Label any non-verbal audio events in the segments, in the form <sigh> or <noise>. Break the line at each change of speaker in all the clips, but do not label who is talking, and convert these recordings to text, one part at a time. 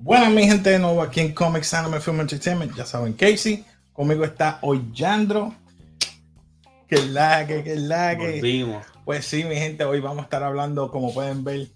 Buenas mi gente de nuevo aquí en Comics Anime Film Entertainment. Ya saben, Casey, conmigo está Oyandro. Que la que, que la que.
Volvimos.
Pues sí, mi gente, hoy vamos a estar hablando, como pueden ver,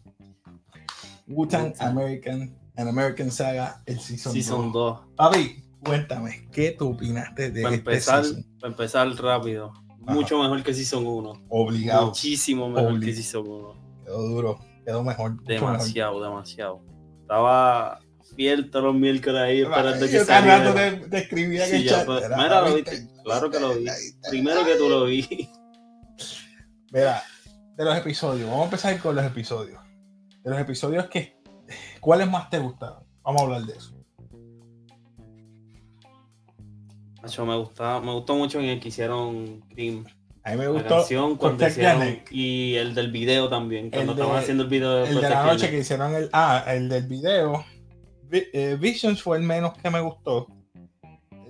Wu-Tang
Wu-Tang.
American and American Saga, el Season, 2.
Season 2.
Papi, cuéntame, ¿qué tú opinaste de
Para
este
empezar,
season?
para empezar rápido.
Ajá.
Mucho mejor que Season 1.
Obligado,
Muchísimo mejor
Obli-
que Season 1.
quedó duro, quedó mejor. mucho
Demasiado, demasiado. Estaba fiel todos los miércoles ahí
mejor.
esperando que
Yo cada rato
saliera.
te, te escribía en
Sí,
el
ya,
chat.
pues,
era,
mira, lo
¿viste?
viste. Claro que lo vi.
Ahí está.
Primero que tú lo vi.
Mira, de los episodios, vamos a empezar con los episodios. De los episodios que. ¿Cuáles más te gustaron? Vamos a hablar de eso.
Nacho, me, gustaba, me gustó mucho en el que hicieron Cream.
A mí me
La
gustó
canción cuando
Protect Your
hicieron.
Neck.
Y el del video también. Cuando
de-
estaban haciendo el video de
el de la
Protect Your
noche que
Neck.
hicieron el. Ah, el del video. Vi- eh, Visions fue el menos que me gustó.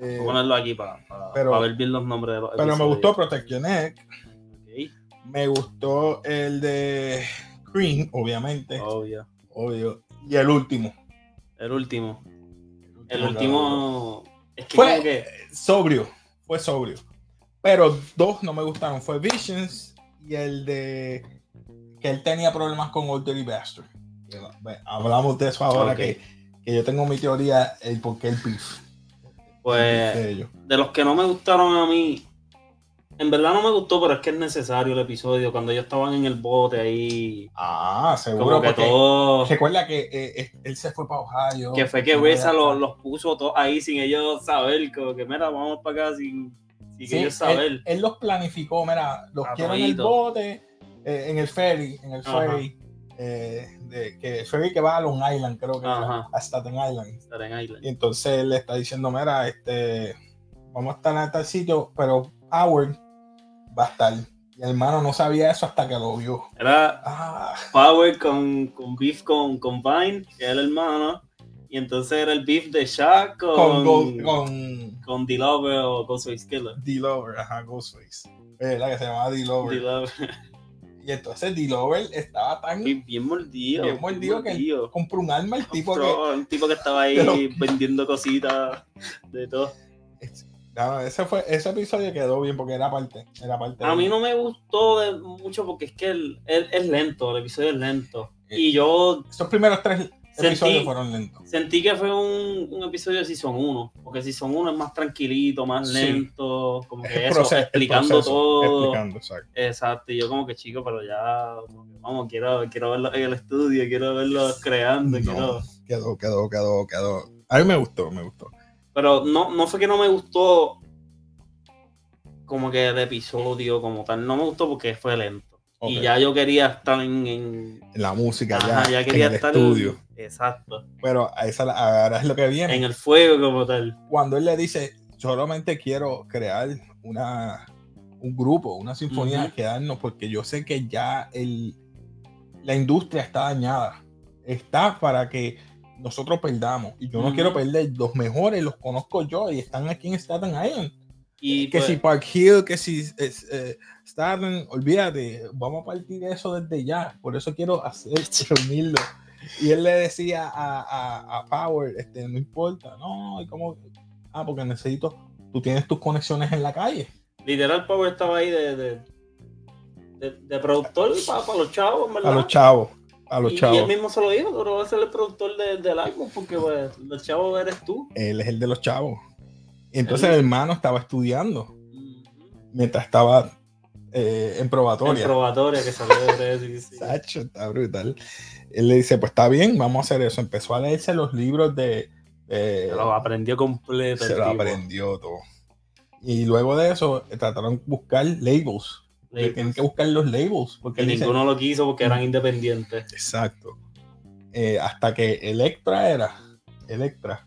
Eh,
Voy a ponerlo aquí para, para,
pero-
ver bien los nombres de los
pero me
episodios.
gustó Protect Your Neck.
Ok,
Me gustó el de Cream, obviamente.
Obvio.
Obvio. Y el último.
El último. El
Claro.
último. Es que
Fue-
como que.
sobrio, fue sobrio. Pero dos no me gustaron, fue Visions y el de que él tenía problemas con Old Dirty Bastard. Y va- ve- Hablamos de eso ahora
Ok.
que, que yo tengo mi teoría, el por qué el beef
Pues.
de ellos.
De los que no me gustaron a mí. En verdad no me gustó, pero es que es necesario el episodio. Cuando ellos estaban en el bote ahí.
Ah, seguro,
Como que
porque
todo.
recuerda que eh, eh, él se fue para Ohio.
Que fue que
No
Besa
había-
los, los puso todos ahí sin ellos saber. Como que mira, vamos para acá sin, sin
Sí, eh, él,
ellos saber.
él los planificó, mira, los
A
quiero en el
todito.
bote, eh, en el ferry, en el
Ajá.
ferry, eh, de, que el ferry que va a Long Island, creo que
Ajá.
a Staten Island.
Estar en Island.
Y entonces él le está diciendo, mira, este, vamos a estar en tal sitio, pero Howard va a estar. Y el hermano no sabía eso hasta que lo vio.
Era
Ah,
Power con, con Beef con, con Vine, que era el hermano. Y entonces era el Beef de Shaq
con,
con,
Gold- con,
con D-Lover o con Soy Skiller.
D-Lover, ajá, Ghostface. Es la que se llamaba D-Lover.
D-Lover.
Y entonces D-Lover estaba tan...
Bien bien mordido.
Bien mordido que- Compró un arma el tipo que...
Pro, Un tipo que estaba ahí
Pero-
vendiendo cositas de todo.
No, ese, fue, ese episodio quedó bien porque era parte. Era parte
A
de-
mí no me gustó de- mucho porque es que el- el- es lento, el episodio es lento. Y yo
Esos primeros tres episodios
Sentí-
fueron lentos.
sentí que fue un, un episodio de Season 1, porque Season 1 es más tranquilito, más
Sí.
lento, como que
El
eso,
proce- el
explicando
proceso,
todo.
Explicando, exacto.
Exacto, y yo como que chico, pero ya, vamos, quiero, quiero verlo en el estudio, quiero verlo creando,
No.
quiero...
Quedó, quedó, quedó, quedó. A mí me gustó, me gustó.
Pero no, no fue que no me gustó como que el episodio como tal, no me gustó porque fue lento. Y
Ok.
ya yo quería estar en... en-
la música
ajá,
ya,
ya quería
en el
estar
estudio.
Exacto,
Pero a esa, la- ahora es lo que viene.
en el fuego como tal.
Cuando él le dice, solamente quiero crear una, un grupo, una sinfonía,
Ujú.
quedarnos, porque yo sé que ya el, la industria está dañada. Está para que nosotros perdamos. Y yo no
Ujú.
quiero perder. Los mejores los conozco yo y están aquí en Staten Island.
Y
que
pues,
si Park Hill, que si es, eh, Staten, olvídate, vamos a partir de eso desde ya. Por eso quiero hacer
<laughs>
reunirlo. Y él le decía a, a- a Power, este, no importa, no, y como, ah, porque necesito, tú tienes tus conexiones en la calle.
literal Power estaba ahí de, de, de, de productor para los chavos, en
A
¿verdad?
los chavos, a los
y, y él
chavos.
mismo se lo dijo, tú no vas a ser el productor de- del álbum porque pues, los chavos eres tú.
Él es el de los chavos. Entonces
Él-
el hermano estaba estudiando mientras estaba eh, en probatoria.
En probatoria que salió de eso, sí, sí.
Sacho, está brutal. Él le dice, pues está bien, vamos a hacer eso. Empezó a leerse los libros de... de-
Se lo aprendió completo.
se
el
lo
tipo.
aprendió todo. Y luego de eso, eh, trataron de buscar labels.
Le-
Le Tienen que buscar los labels. Porque
que
él dice-
ninguno lo quiso porque eran independientes.
Exacto. Eh, hasta que Electra era. Electra.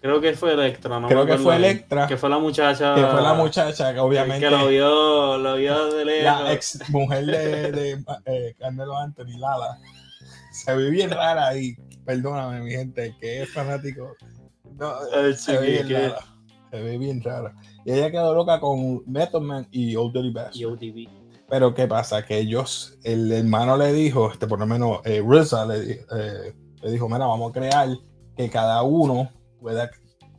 Creo que fue Electra, ¿no?
Creo
me
que
acuerdo
fue
bien.
Electra,
Que
que
fue la muchacha.
fue la muchacha que obviamente
Ah. Que lo vio, lo vio de lejos.
la ex mujer de, de, eh, Carmelo Anthony, Lala. Se ve bien rara ahí. Perdóname, mi gente, que es fanático. No,
Ay,
se ve bien
chiqui, que-
rara. Se ve bien rara. Y ella quedó loca con Method Man y Old Dirty Bastard.
Y OTV.
Pero qué pasa, que ellos, el hermano le dijo, este por lo menos eh, RZA le, di- eh, le dijo, mira, vamos a crear que cada uno pueda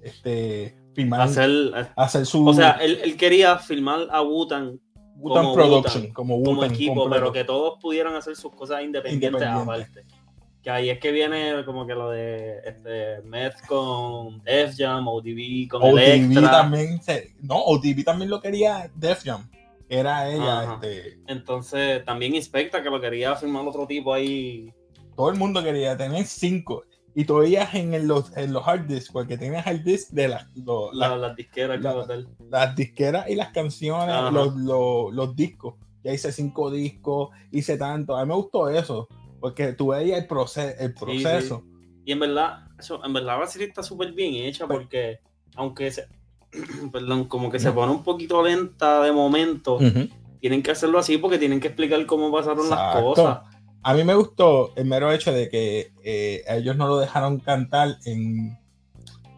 este, firmar, hacer,
Hacer,
su
o sea, él, él quería filmar a Wutan
Wu-Tang
como
Production, como
como
Wu-Tang
equipo,
completo.
pero que todos pudieran hacer sus cosas independientes
Independiente.
aparte. Que ahí es que viene como que lo de este, Meth con Def Jam, ODB con
OTV
Electra.
también, se- no, OTV también lo quería Def Jam, era ella,
Ajá.
este,
Entonces, también Inspecta, que lo quería firmar otro tipo ahí.
todo el mundo quería tener cinco. Y todavía en, el- los, en los hard disks, porque tenías hard disks de las, lo-
la-
las
las disqueras.
la-
como tal.
las disqueras y las canciones,
Ajá.
los, los- los discos. Ya hice cinco discos, hice tanto. A mí me gustó eso, porque tú veías el, proce- el proceso.
Y en verdad, eso- en verdad la serie está súper bien hecha
Pues-
porque, aunque se, <clears throat> perdón, como que se pone un poquito lenta de momento,
Ujú.
tienen que hacerlo así porque tienen que explicar cómo pasaron
Exacto.
las cosas.
A mí me gustó el mero hecho de que eh, a ellos no lo dejaron cantar en.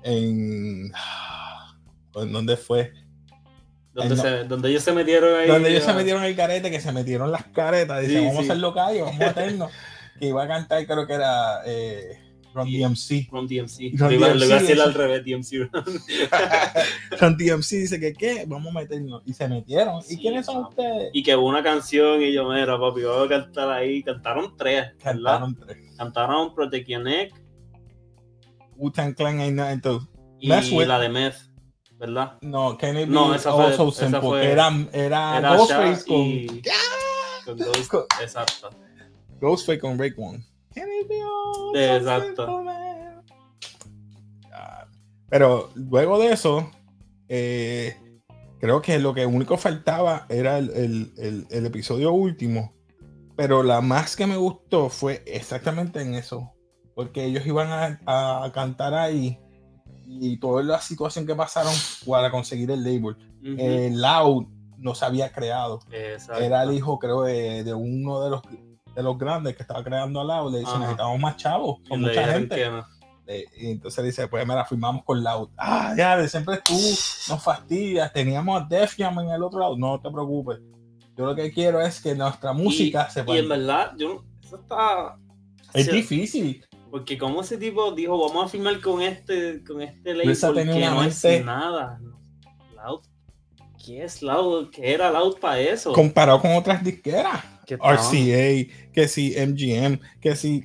en ¿en ¿Dónde fue?
Donde,
Ay, no.
se- donde ellos se metieron ahí.
Donde ellos se
ah,
metieron el carete, que se metieron las caretas. Dicen,
Sí,
vamos
sí.
a hacerlo callo,
<laughs>
vamos a meternos. que iba a cantar, creo que era eh, Ron
Y-
DMC.
From DMC.
From
lo, iba, lo iba a
DMC,
decir
eso.
al revés, DMC.
Son DMC dice que qué, vamos a meternos. Y se metieron.
Sí, ah.
¿Y quiénes son
papi.
ustedes?
y que hubo una canción y yo, mira, papi, voy a cantar ahí. Cantaron tres, ¿verdad?
Cantaron tres.
Cantaron Protect Your Neck
Wu-Tang Clan ain't nothing to-
y
Mess with-
la de Meth, ¿verdad?
No, Can It Be
No, esa fue-
Also
esa
Simple.
fue-
era, era,
Era
Ah, Ghostface
Sha
con...
y- con Ghost-
Con-
Exacto.
Ghostface con Rake One. Can It Be Also
Exacto.
Simple, man? Ah, Pero luego de eso, eh, creo que lo que único faltaba era el, el- el- el episodio último. Pero la más que me gustó fue exactamente en eso. Porque ellos iban a, a cantar ahí y toda la situación que pasaron para conseguir el label.
Ujú.
Eh, Loud no se había creado.
Exacto.
Era el hijo, creo, de, de uno de los, de los grandes que estaba creando a Loud. Le dice,
Ajá.
necesitamos más chavos
Y
con
le
mucha
dijeron
gente.
que no.
Eh, Y entonces dice, pues mira, firmamos con Loud. Ah, ya, siempre tú nos fastidias. Teníamos a Def Jam en el otro lado. No te preocupes. Yo lo que quiero es que nuestra música
y,
se
y en
parezca.
verdad, yo no- eso está.
Es
sí,
difícil.
Porque como ese tipo dijo, vamos a firmar con este, con este ley
Luisa
porque
tenía una
no es
mente-
nada. Loud. ¿Qué es Loud? ¿Qué era Loud para eso?
Comparado con otras disqueras.
Que estaban
RCA, que si MGM, que si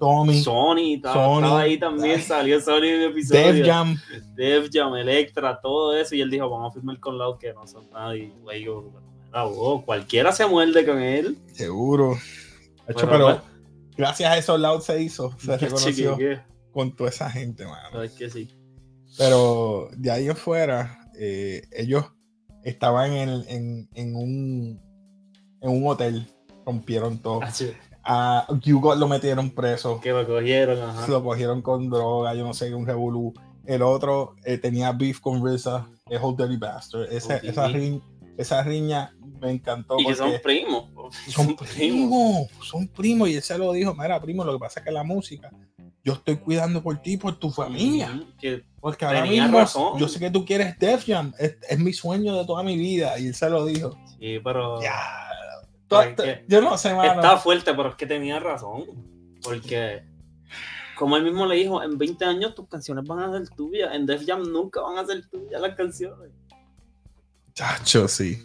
Tommy,
Sony, estaba,
Sony.
estaba ahí también, salió Sony en el episodio.
Def Jam.
Def Jam, Electra, todo eso. Y él dijo, vamos a firmar con Loud que no son nada. Y güey, yo, ah, wow, cualquiera se muerde con él.
Seguro. Hacho,
Pero,
pero
bueno.
gracias a eso Loud se hizo,
<laughs>
se reconoció
Chiquique,
con toda esa gente, mano.
sabes que sí.
Pero de ahí en fuera, eh, ellos estaban en, el- en- en un, en un hotel, rompieron todo.
Ah, sí,
A Hugo lo metieron preso,
Que lo cogieron, ajá.
lo cogieron con droga, yo no sé, un revolú. El otro eh, tenía beef con RZA, es Old Dirty Bastard. Ese-
ODB.
esa, riñ- esa riña me encantó.
Y que
porque-
son primos. <laughs>
son primos, son primos. Y él se lo dijo, mira, primo, lo que pasa es que la música, yo estoy cuidando por ti, por tu familia.
Ujú, que-
Porque ahora
Tenía
mismo,
razón.
yo sé que tú quieres Def Jam, es, es mi sueño de toda mi vida. Y él se lo dijo.
sí, pero
Ya.
Pero
Tú-
es
tú-
que-
yo no sé, mano.
está fuerte, pero es que tenía razón. Porque, como él mismo le dijo, en 20 años tus canciones van a ser tuyas. En Def Jam nunca van a ser tuyas las canciones.
Chacho, sí.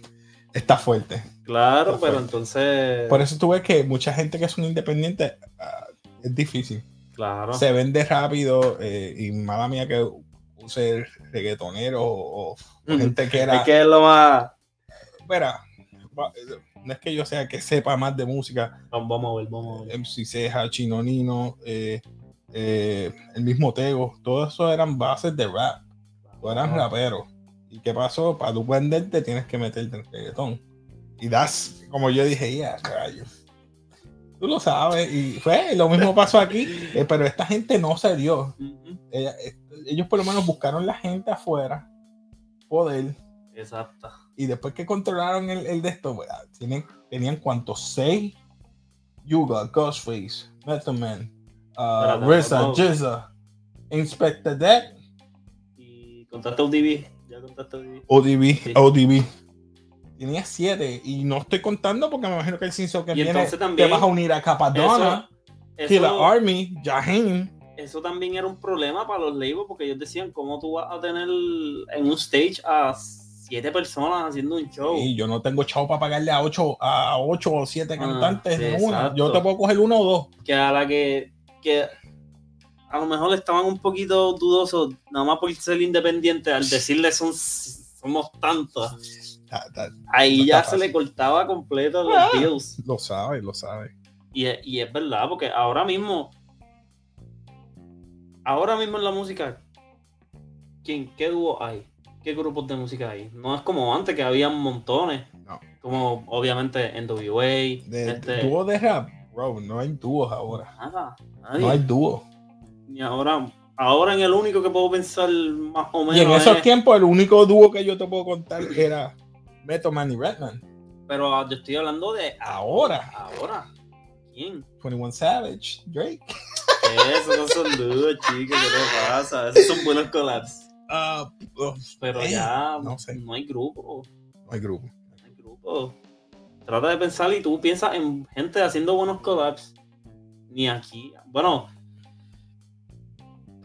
Está fuerte.
Claro,
Está
pero
fuerte.
entonces.
Por eso tú ves que mucha gente que son independientes ah, es difícil.
Claro.
Se vende rápido eh, y mala mía que use reggaetonero o, o gente que era...
Es que es lo más.
Mira, va- no es que yo sea que sepa más de música.
Vamos a ver, vamos a ver.
MC Ceja, Chino Nino, eh, eh, el mismo Tego, todo eso eran bases de rap. Tú eras rapero. ¿Y qué pasó? Para tú venderte tienes que meterte en reggaetón. Y das, como yo dije, ya, rayo. Tú lo sabes, y fue lo mismo pasó aquí, eh, pero esta gente no se dio.
Ujú.
Ella- eh, ellos por lo menos buscaron la gente afuera, poder,
Exacto.
y después que controlaron el, el de esto, pues, ah, tienen, tenían cuantos seis Yuga, Ghostface, Method Man,
Espérate,
uh,
no,
RZA,
no.
Jizza, Inspector Dead,
Y contraste a UDB. Ya contraste a UDB.
ODB,
Sí.
ODB. Tenía siete, y no estoy contando porque me imagino que el Sinso que
Y
viene
entonces también-
te vas a unir a Capadonna,
Eso,
Killer Army, Jaheim.
eso también era un problema para los labels porque ellos decían cómo tú vas a tener en un stage a siete personas haciendo un show.
Y yo no tengo chavo para pagarle a ocho, a ocho o siete cantantes
Ah, sí,
en una. Yo
exacto.
te puedo coger uno o dos.
que a la que, que a lo mejor estaban un poquito dudosos, nada más por ser independiente, al decirle son, somos tantos,
Ta- ta- No
ahí
está
ya se le
fácil.
cortaba completo los
Ah.
deals.
Lo sabe, lo sabe.
Y, es- y es verdad, porque ahora mismo, ahora mismo en la música, ¿quién, ¿qué dúo hay? ¿Qué grupos de música hay? No es como antes que había montones.
No.
Como obviamente NWA,
De,
este,
Dúo de rap, bro, no hay dúos ahora.
nada, nadie.
No hay dúos.
Y ahora, ahora en el único que puedo pensar más o menos.
Y en esos
es-
tiempos, el único dúo que yo te puedo contar era Metal Man y Redman.
Pero ah, yo estoy hablando de
Ahora,
ahora. ¿Quién?
21 Savage, Drake.
Eso no son dudas, chicos. ¿Qué te pasa? Esos son buenos collabs.
Ah, oh,
Pero
Eh,
ya
no sé.
no hay grupo.
no hay grupo.
No hay grupo. Trata de pensar y tú piensas en gente haciendo buenos collabs. Ni aquí. Bueno.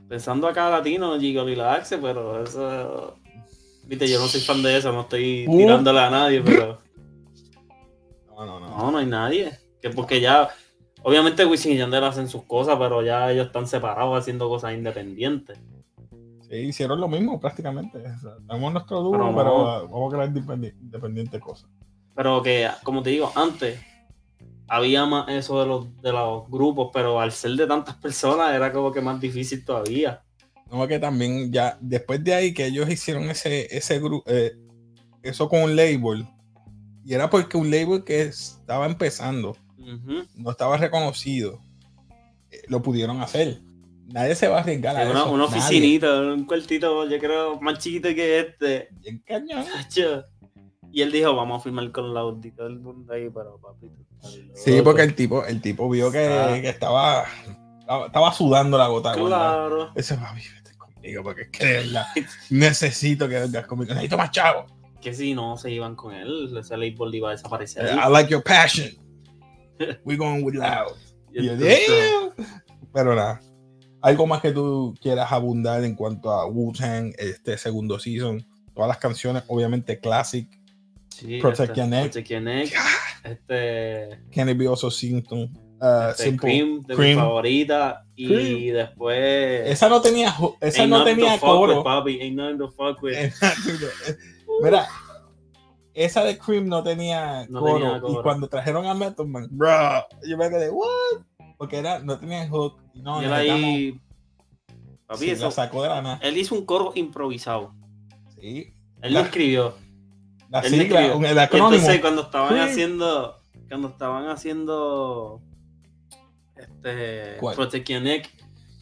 Pensando acá latino, Gigo y la Axe, pero eso. Viste, yo no soy fan de eso, no estoy
Uh.
tirándole a nadie, pero.
No, no, no.
No, no hay nadie. Que porque ya, obviamente Wisin y Yandel hacen sus cosas, pero ya ellos están separados haciendo cosas independientes.
Sí, hicieron lo mismo prácticamente. O sea, tenemos nuestro dúo,
Pero
pero,
no.
ah, vamos a crear independi- independiente cosas.
Pero que, como te digo, antes había más eso de los, de los grupos, pero al ser de tantas personas era como que más difícil todavía.
No, que también ya, después de ahí que ellos hicieron ese, ese grupo, eso con un label, y era porque un label que estaba empezando,
Ujú.
no estaba reconocido, eh, lo pudieron hacer. Nadie se va a arriesgar a
Sí, una,
eso.
una
nadie.
oficinita, un cuartito, yo creo, más chiquito que este.
Bien cañón.
Tacho. Y él dijo, vamos a firmar con la auditoría del mundo ahí, pero papi, tú estás
Sí,
loco".
porque el tipo, el tipo vio que,
Ah.
que estaba, estaba, estaba sudando la gota. gorda.
Claro.
Ese papi, vete conmigo, porque es que de verdad, necesito que vengas conmigo. Necesito más chavo.
que si no se iban con él, ese label iba a desaparecer.
I like your passion. We going with loud.
Y
Y yo,
entonces,
"Damn". Pero nada, algo más que tú quieras abundar en cuanto a Wu-Tang, este segundo season, todas las canciones, obviamente classic,
sí,
Protect
este,
Your Neck.
Protect Your Neck, Este.
Can It Be Also Symptom, uh,
este
Simple.
Cream, de mi
Cream.
favorita. Y
Cream.
después.
Esa no tenía, ju- esa
Ain't
no
nothing to
tenía
fuck with,
<laughs> coro. Eh,
papi, ain't nothing to fuck with.
Mira, esa de Cream no tenía,
No
coro,
tenía coro.
Y cuando trajeron a Method Man, bro, yo me quedé, what? Porque era, no tenía hook. y No,
Y él
necesitamos-
ahí. Papi,
sí,
eso-
la sacó de la nada.
Él hizo un coro improvisado.
Sí,
Él lo
La-
escribió.
la
Él
sigla,
escribió.
un- el
Y
acrónimo.
Entonces cuando estaban
Sí.
haciendo, cuando estaban haciendo este
¿Cuál?
Protect Your Neck,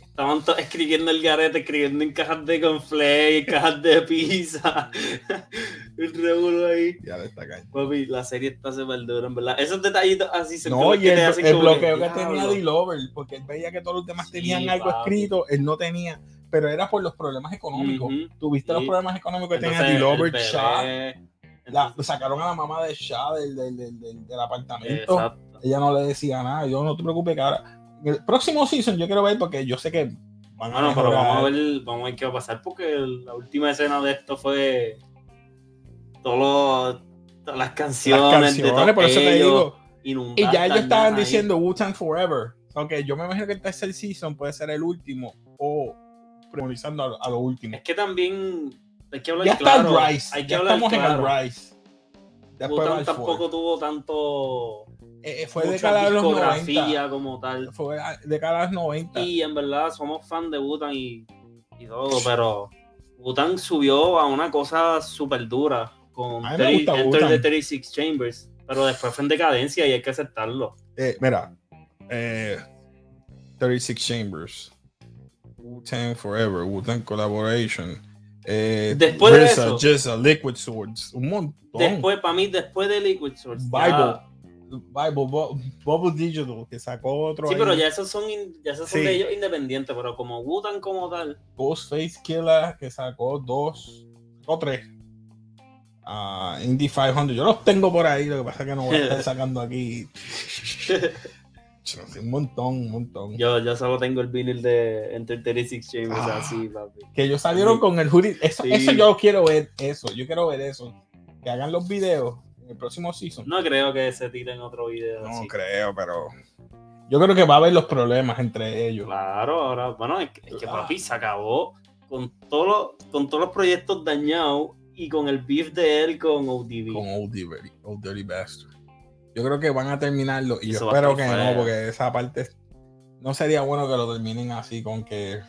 estaban to- escribiendo el garete, escribiendo en cajas de conflay, en cajas de pizza, <laughs> el revuelo ahí.
Ya le está cayendo.
Papi, la serie está súper dura, en verdad. Esos detallitos así son
No,
como
y
que
el,
te hacen
el
como
bloqueo que tenía
"Diablo".
de Lover, porque él veía que todos los demás
Sí,
tenían algo
papi.
escrito, él no tenía, pero era por los problemas económicos.
Ujú.
Tuviste los
Sí.
problemas económicos que
Entonces,
tenía
el
D-Lover,
bebé,
Shah, la,
entonces-
sacaron a la mamá de Shah del, del, del, del- del apartamento,
Exacto.
ella no le decía nada, yo no te preocupes que ahora, en el próximo season yo quiero ver porque yo sé que van a
Bueno, pero
mejorar.
vamos a ver, vamos a ver qué va a pasar porque la última escena de esto fue todos los- todas las canciones,
las canciones,
de
por eso te digo,
digo.
y ya ellos estaban diciendo Wu-Tang Forever, aunque yo me imagino que el tercer season puede ser el último, o premonizando a, a lo último.
Es que también hay que hablar
Ya está
claro.
el Rice.
hay que
ya
hablar
estamos
claro.
en el Rice. Después
Wu-Tang
va el
tampoco
Ford.
tuvo tanto
Eh, eh, fue de
mucha
cara a los
discografía
90.
como tal.
Fue a- de cara a los 90.
Y en verdad somos fan de Butan y, y todo, pero Butan subió a una cosa súper dura con
A mí me
30
gusta
Enter
Wu-Tang.
the 36 Chambers, pero después fue en decadencia y hay que aceptarlo.
Eh, mira, eh, 36 Chambers, Wu-Tang Forever, Wu-Tang Collaboration. eh,
Después de
RZA,
eso.
Jezza, Liquid Swords, un montón.
Después, para mí, después de Liquid Source.
Bible, Bible, Bu- Bubble Digital, que sacó otro.
Sí, pero
ahí.
ya esos son, in- ya esos son
Sí.
de ellos independientes, pero como Wutan como tal,
Ghostface Killer, que sacó dos o tres. Ah, Indy 500, yo los tengo por ahí, lo que pasa es que no voy a
<laughs>
estar sacando aquí. Chino, sí, Un montón, un montón.
yo, yo solo tengo el vinil de Enter 36 Chambers
Ah.
así, papi.
Que ellos salieron con el hoodie. Eso,
Sí.
eso yo quiero ver, eso, yo quiero ver eso. Que hagan los videos en el próximo season.
No creo que se tiren otro video
No
así.
creo, pero yo creo que va a haber los problemas entre ellos.
Claro, ahora, bueno, es que, es que
Ah.
papi se acabó con, todos los- con todos los proyectos dañados y con el beef de él con ODB.
con Old Dirty, Old Dirty Bastard. Yo creo que van a terminarlo y yo
Eso va a
espero que
estar
no,
feo.
porque esa parte no sería bueno que lo terminen así con que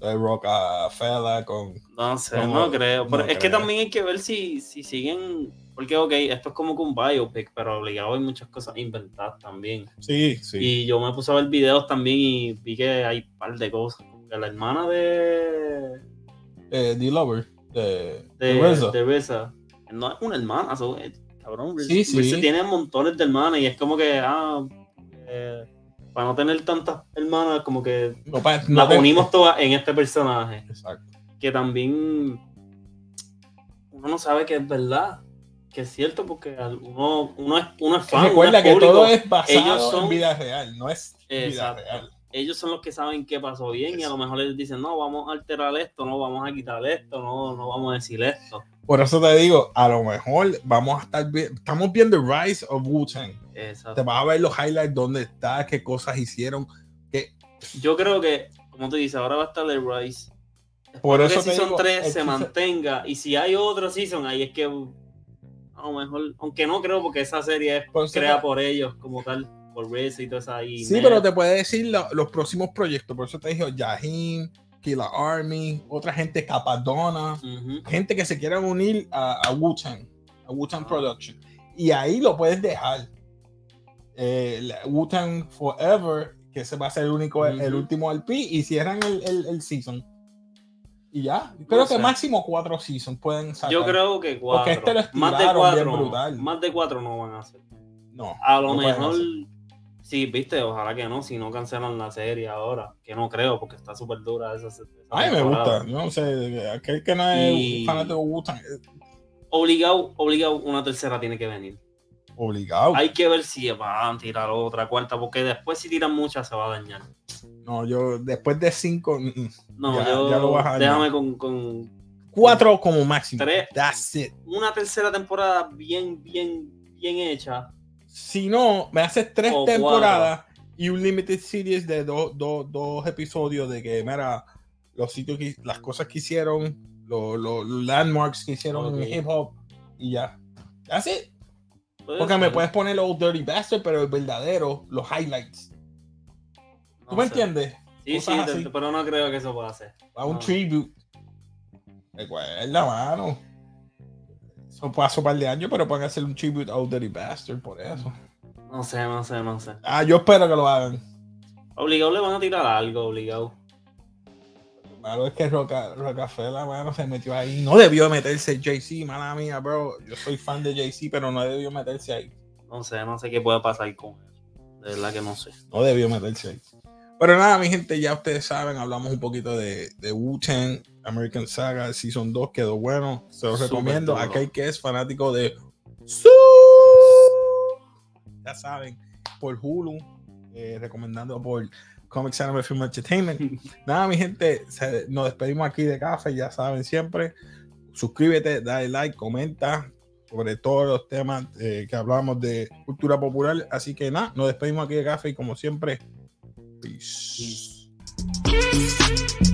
The Rock a Fela con
No sé,
No,
no, creo. Pero
no
es que
creo.
también hay que ver si, si siguen. Porque, ok, esto es como que un biopic, pero obligado hay muchas cosas inventadas también.
sí, sí.
Y yo me puse a ver videos también y vi que hay un par de cosas. Como que La hermana de.
Eh, The Lover de,
de,
de RZA.
de RZA. No es una hermana, so, eh, cabrón. RZA,
Sí, sí.
RZA tiene montones de hermanas y es como que, ah, eh, para no tener tantas hermanas, como que
No, pa- no
las
te-
unimos todas en este personaje.
Exacto.
Que también uno no sabe que es verdad, que es cierto, porque al- uno, uno, es, uno es fan. uno
Recuerda
es
que
público.
todo es basado
Ellos son-
en vida real, no es vida
Exacto.
real.
Ellos son los que saben qué pasó bien y a lo mejor ellos dicen, no, vamos a alterar esto, no, vamos a quitar esto, no, no vamos a decir esto.
Por eso te digo, a lo mejor vamos a estar vi- estamos viendo Rise of Wu-Tang.
Exacto.
Te vas a ver los highlights, dónde está, qué cosas hicieron,
Yo creo que, como te dice, ahora va a estar el Rice.
Por
Espero
eso
que
te
Season
digo,
3
el
se
season-
mantenga. Y si hay otro Season, ahí es que uh, a lo mejor, aunque no creo, porque esa serie es
Por eso te-
creada por ellos como tal, por Rice y toda esa. y
Sí,
Ned.
pero te puede decir lo- los próximos proyectos. Por eso te dijo Yahim, Killa Army, otra gente, Capadona,
Ujú.
gente que se quieran unir a, a Wu-Tang, a Wu-Tang
Ah.
Production. Y ahí lo puedes dejar. Eh, la- Wu-Tang Forever, que ese va a ser el único, el
Ujú.
último LP, y cierran el, el, el season. Y ya, creo que
sé.
máximo cuatro seasons pueden sacar.
Yo creo que cuatro.
Porque este lo
más de
estiraron
cuatro.
bien
no,
brutal.
Más de cuatro no van a hacer.
No,
A lo
no pueden
mejor.
hacer.
Sí, viste, ojalá que no, si no cancelan la serie ahora, que no creo, porque está súper dura esa, esa
A mí me
temporada.
gusta, yo no sé, aquel que no es
Y-
fanático de Wu-Tang, eh,
Obligado, obligado, una tercera tiene que venir.
obligado.
Hay que ver si van a tirar otra cuarta, porque después si tiran muchas se va a dañar.
No, yo después de cinco, mm, mm,
No,
Ya-
yo
ya lo vas a dañar.
déjame con, con
cuatro como máximo.
Tres.
That's it.
una tercera temporada bien, bien, bien hecha.
Si no, me haces tres
O
temporadas y un limited series de dos dos- dos episodios de que, mira, los sitios, que, las cosas que hicieron, lo- lo- los landmarks que hicieron
Ok.
en hip hop y ya. That's it.
Puede
Porque me
ser,
puedes poner los Dirty Bastard, pero el verdadero, los highlights.
no
¿Tú me
sé.
entiendes?
Sí, sí,
Cosas
te-
así.
te- pero no creo que eso pase.
a un
Ah.
tribute. Recuerda, mano. Eso fue hace un par de años, pero pueden hacer un tribute a Old Dirty Bastard por eso.
No sé, no sé, no sé.
Ah, yo espero que lo hagan.
Obligado le van a tirar algo, obligado.
Malo es que Roca, Rocafela, mano, se metió ahí. No debió meterse JC, mala mía, bro. Yo soy fan de JC, pero no debió meterse ahí.
No sé, no sé qué puede pasar con él. De verdad que no sé.
No debió meterse ahí. Pero nada, mi gente, ya ustedes saben, hablamos un poquito de, de Wu-Tang, American Saga, Season 2, quedó bueno. Se los
Súper
recomiendo a
duro.
aquel que es fanático de Su. Ya saben, por Hulu, eh, recomendando por Comics Anime Film
<laughs>
Entertainment. nada, mi gente, se- nos despedimos aquí de café, ya saben siempre. Suscríbete, dale like, comenta sobre todos los temas eh, que hablamos de cultura popular. Así que nada, nos despedimos aquí de café y como siempre, peace.
Peace.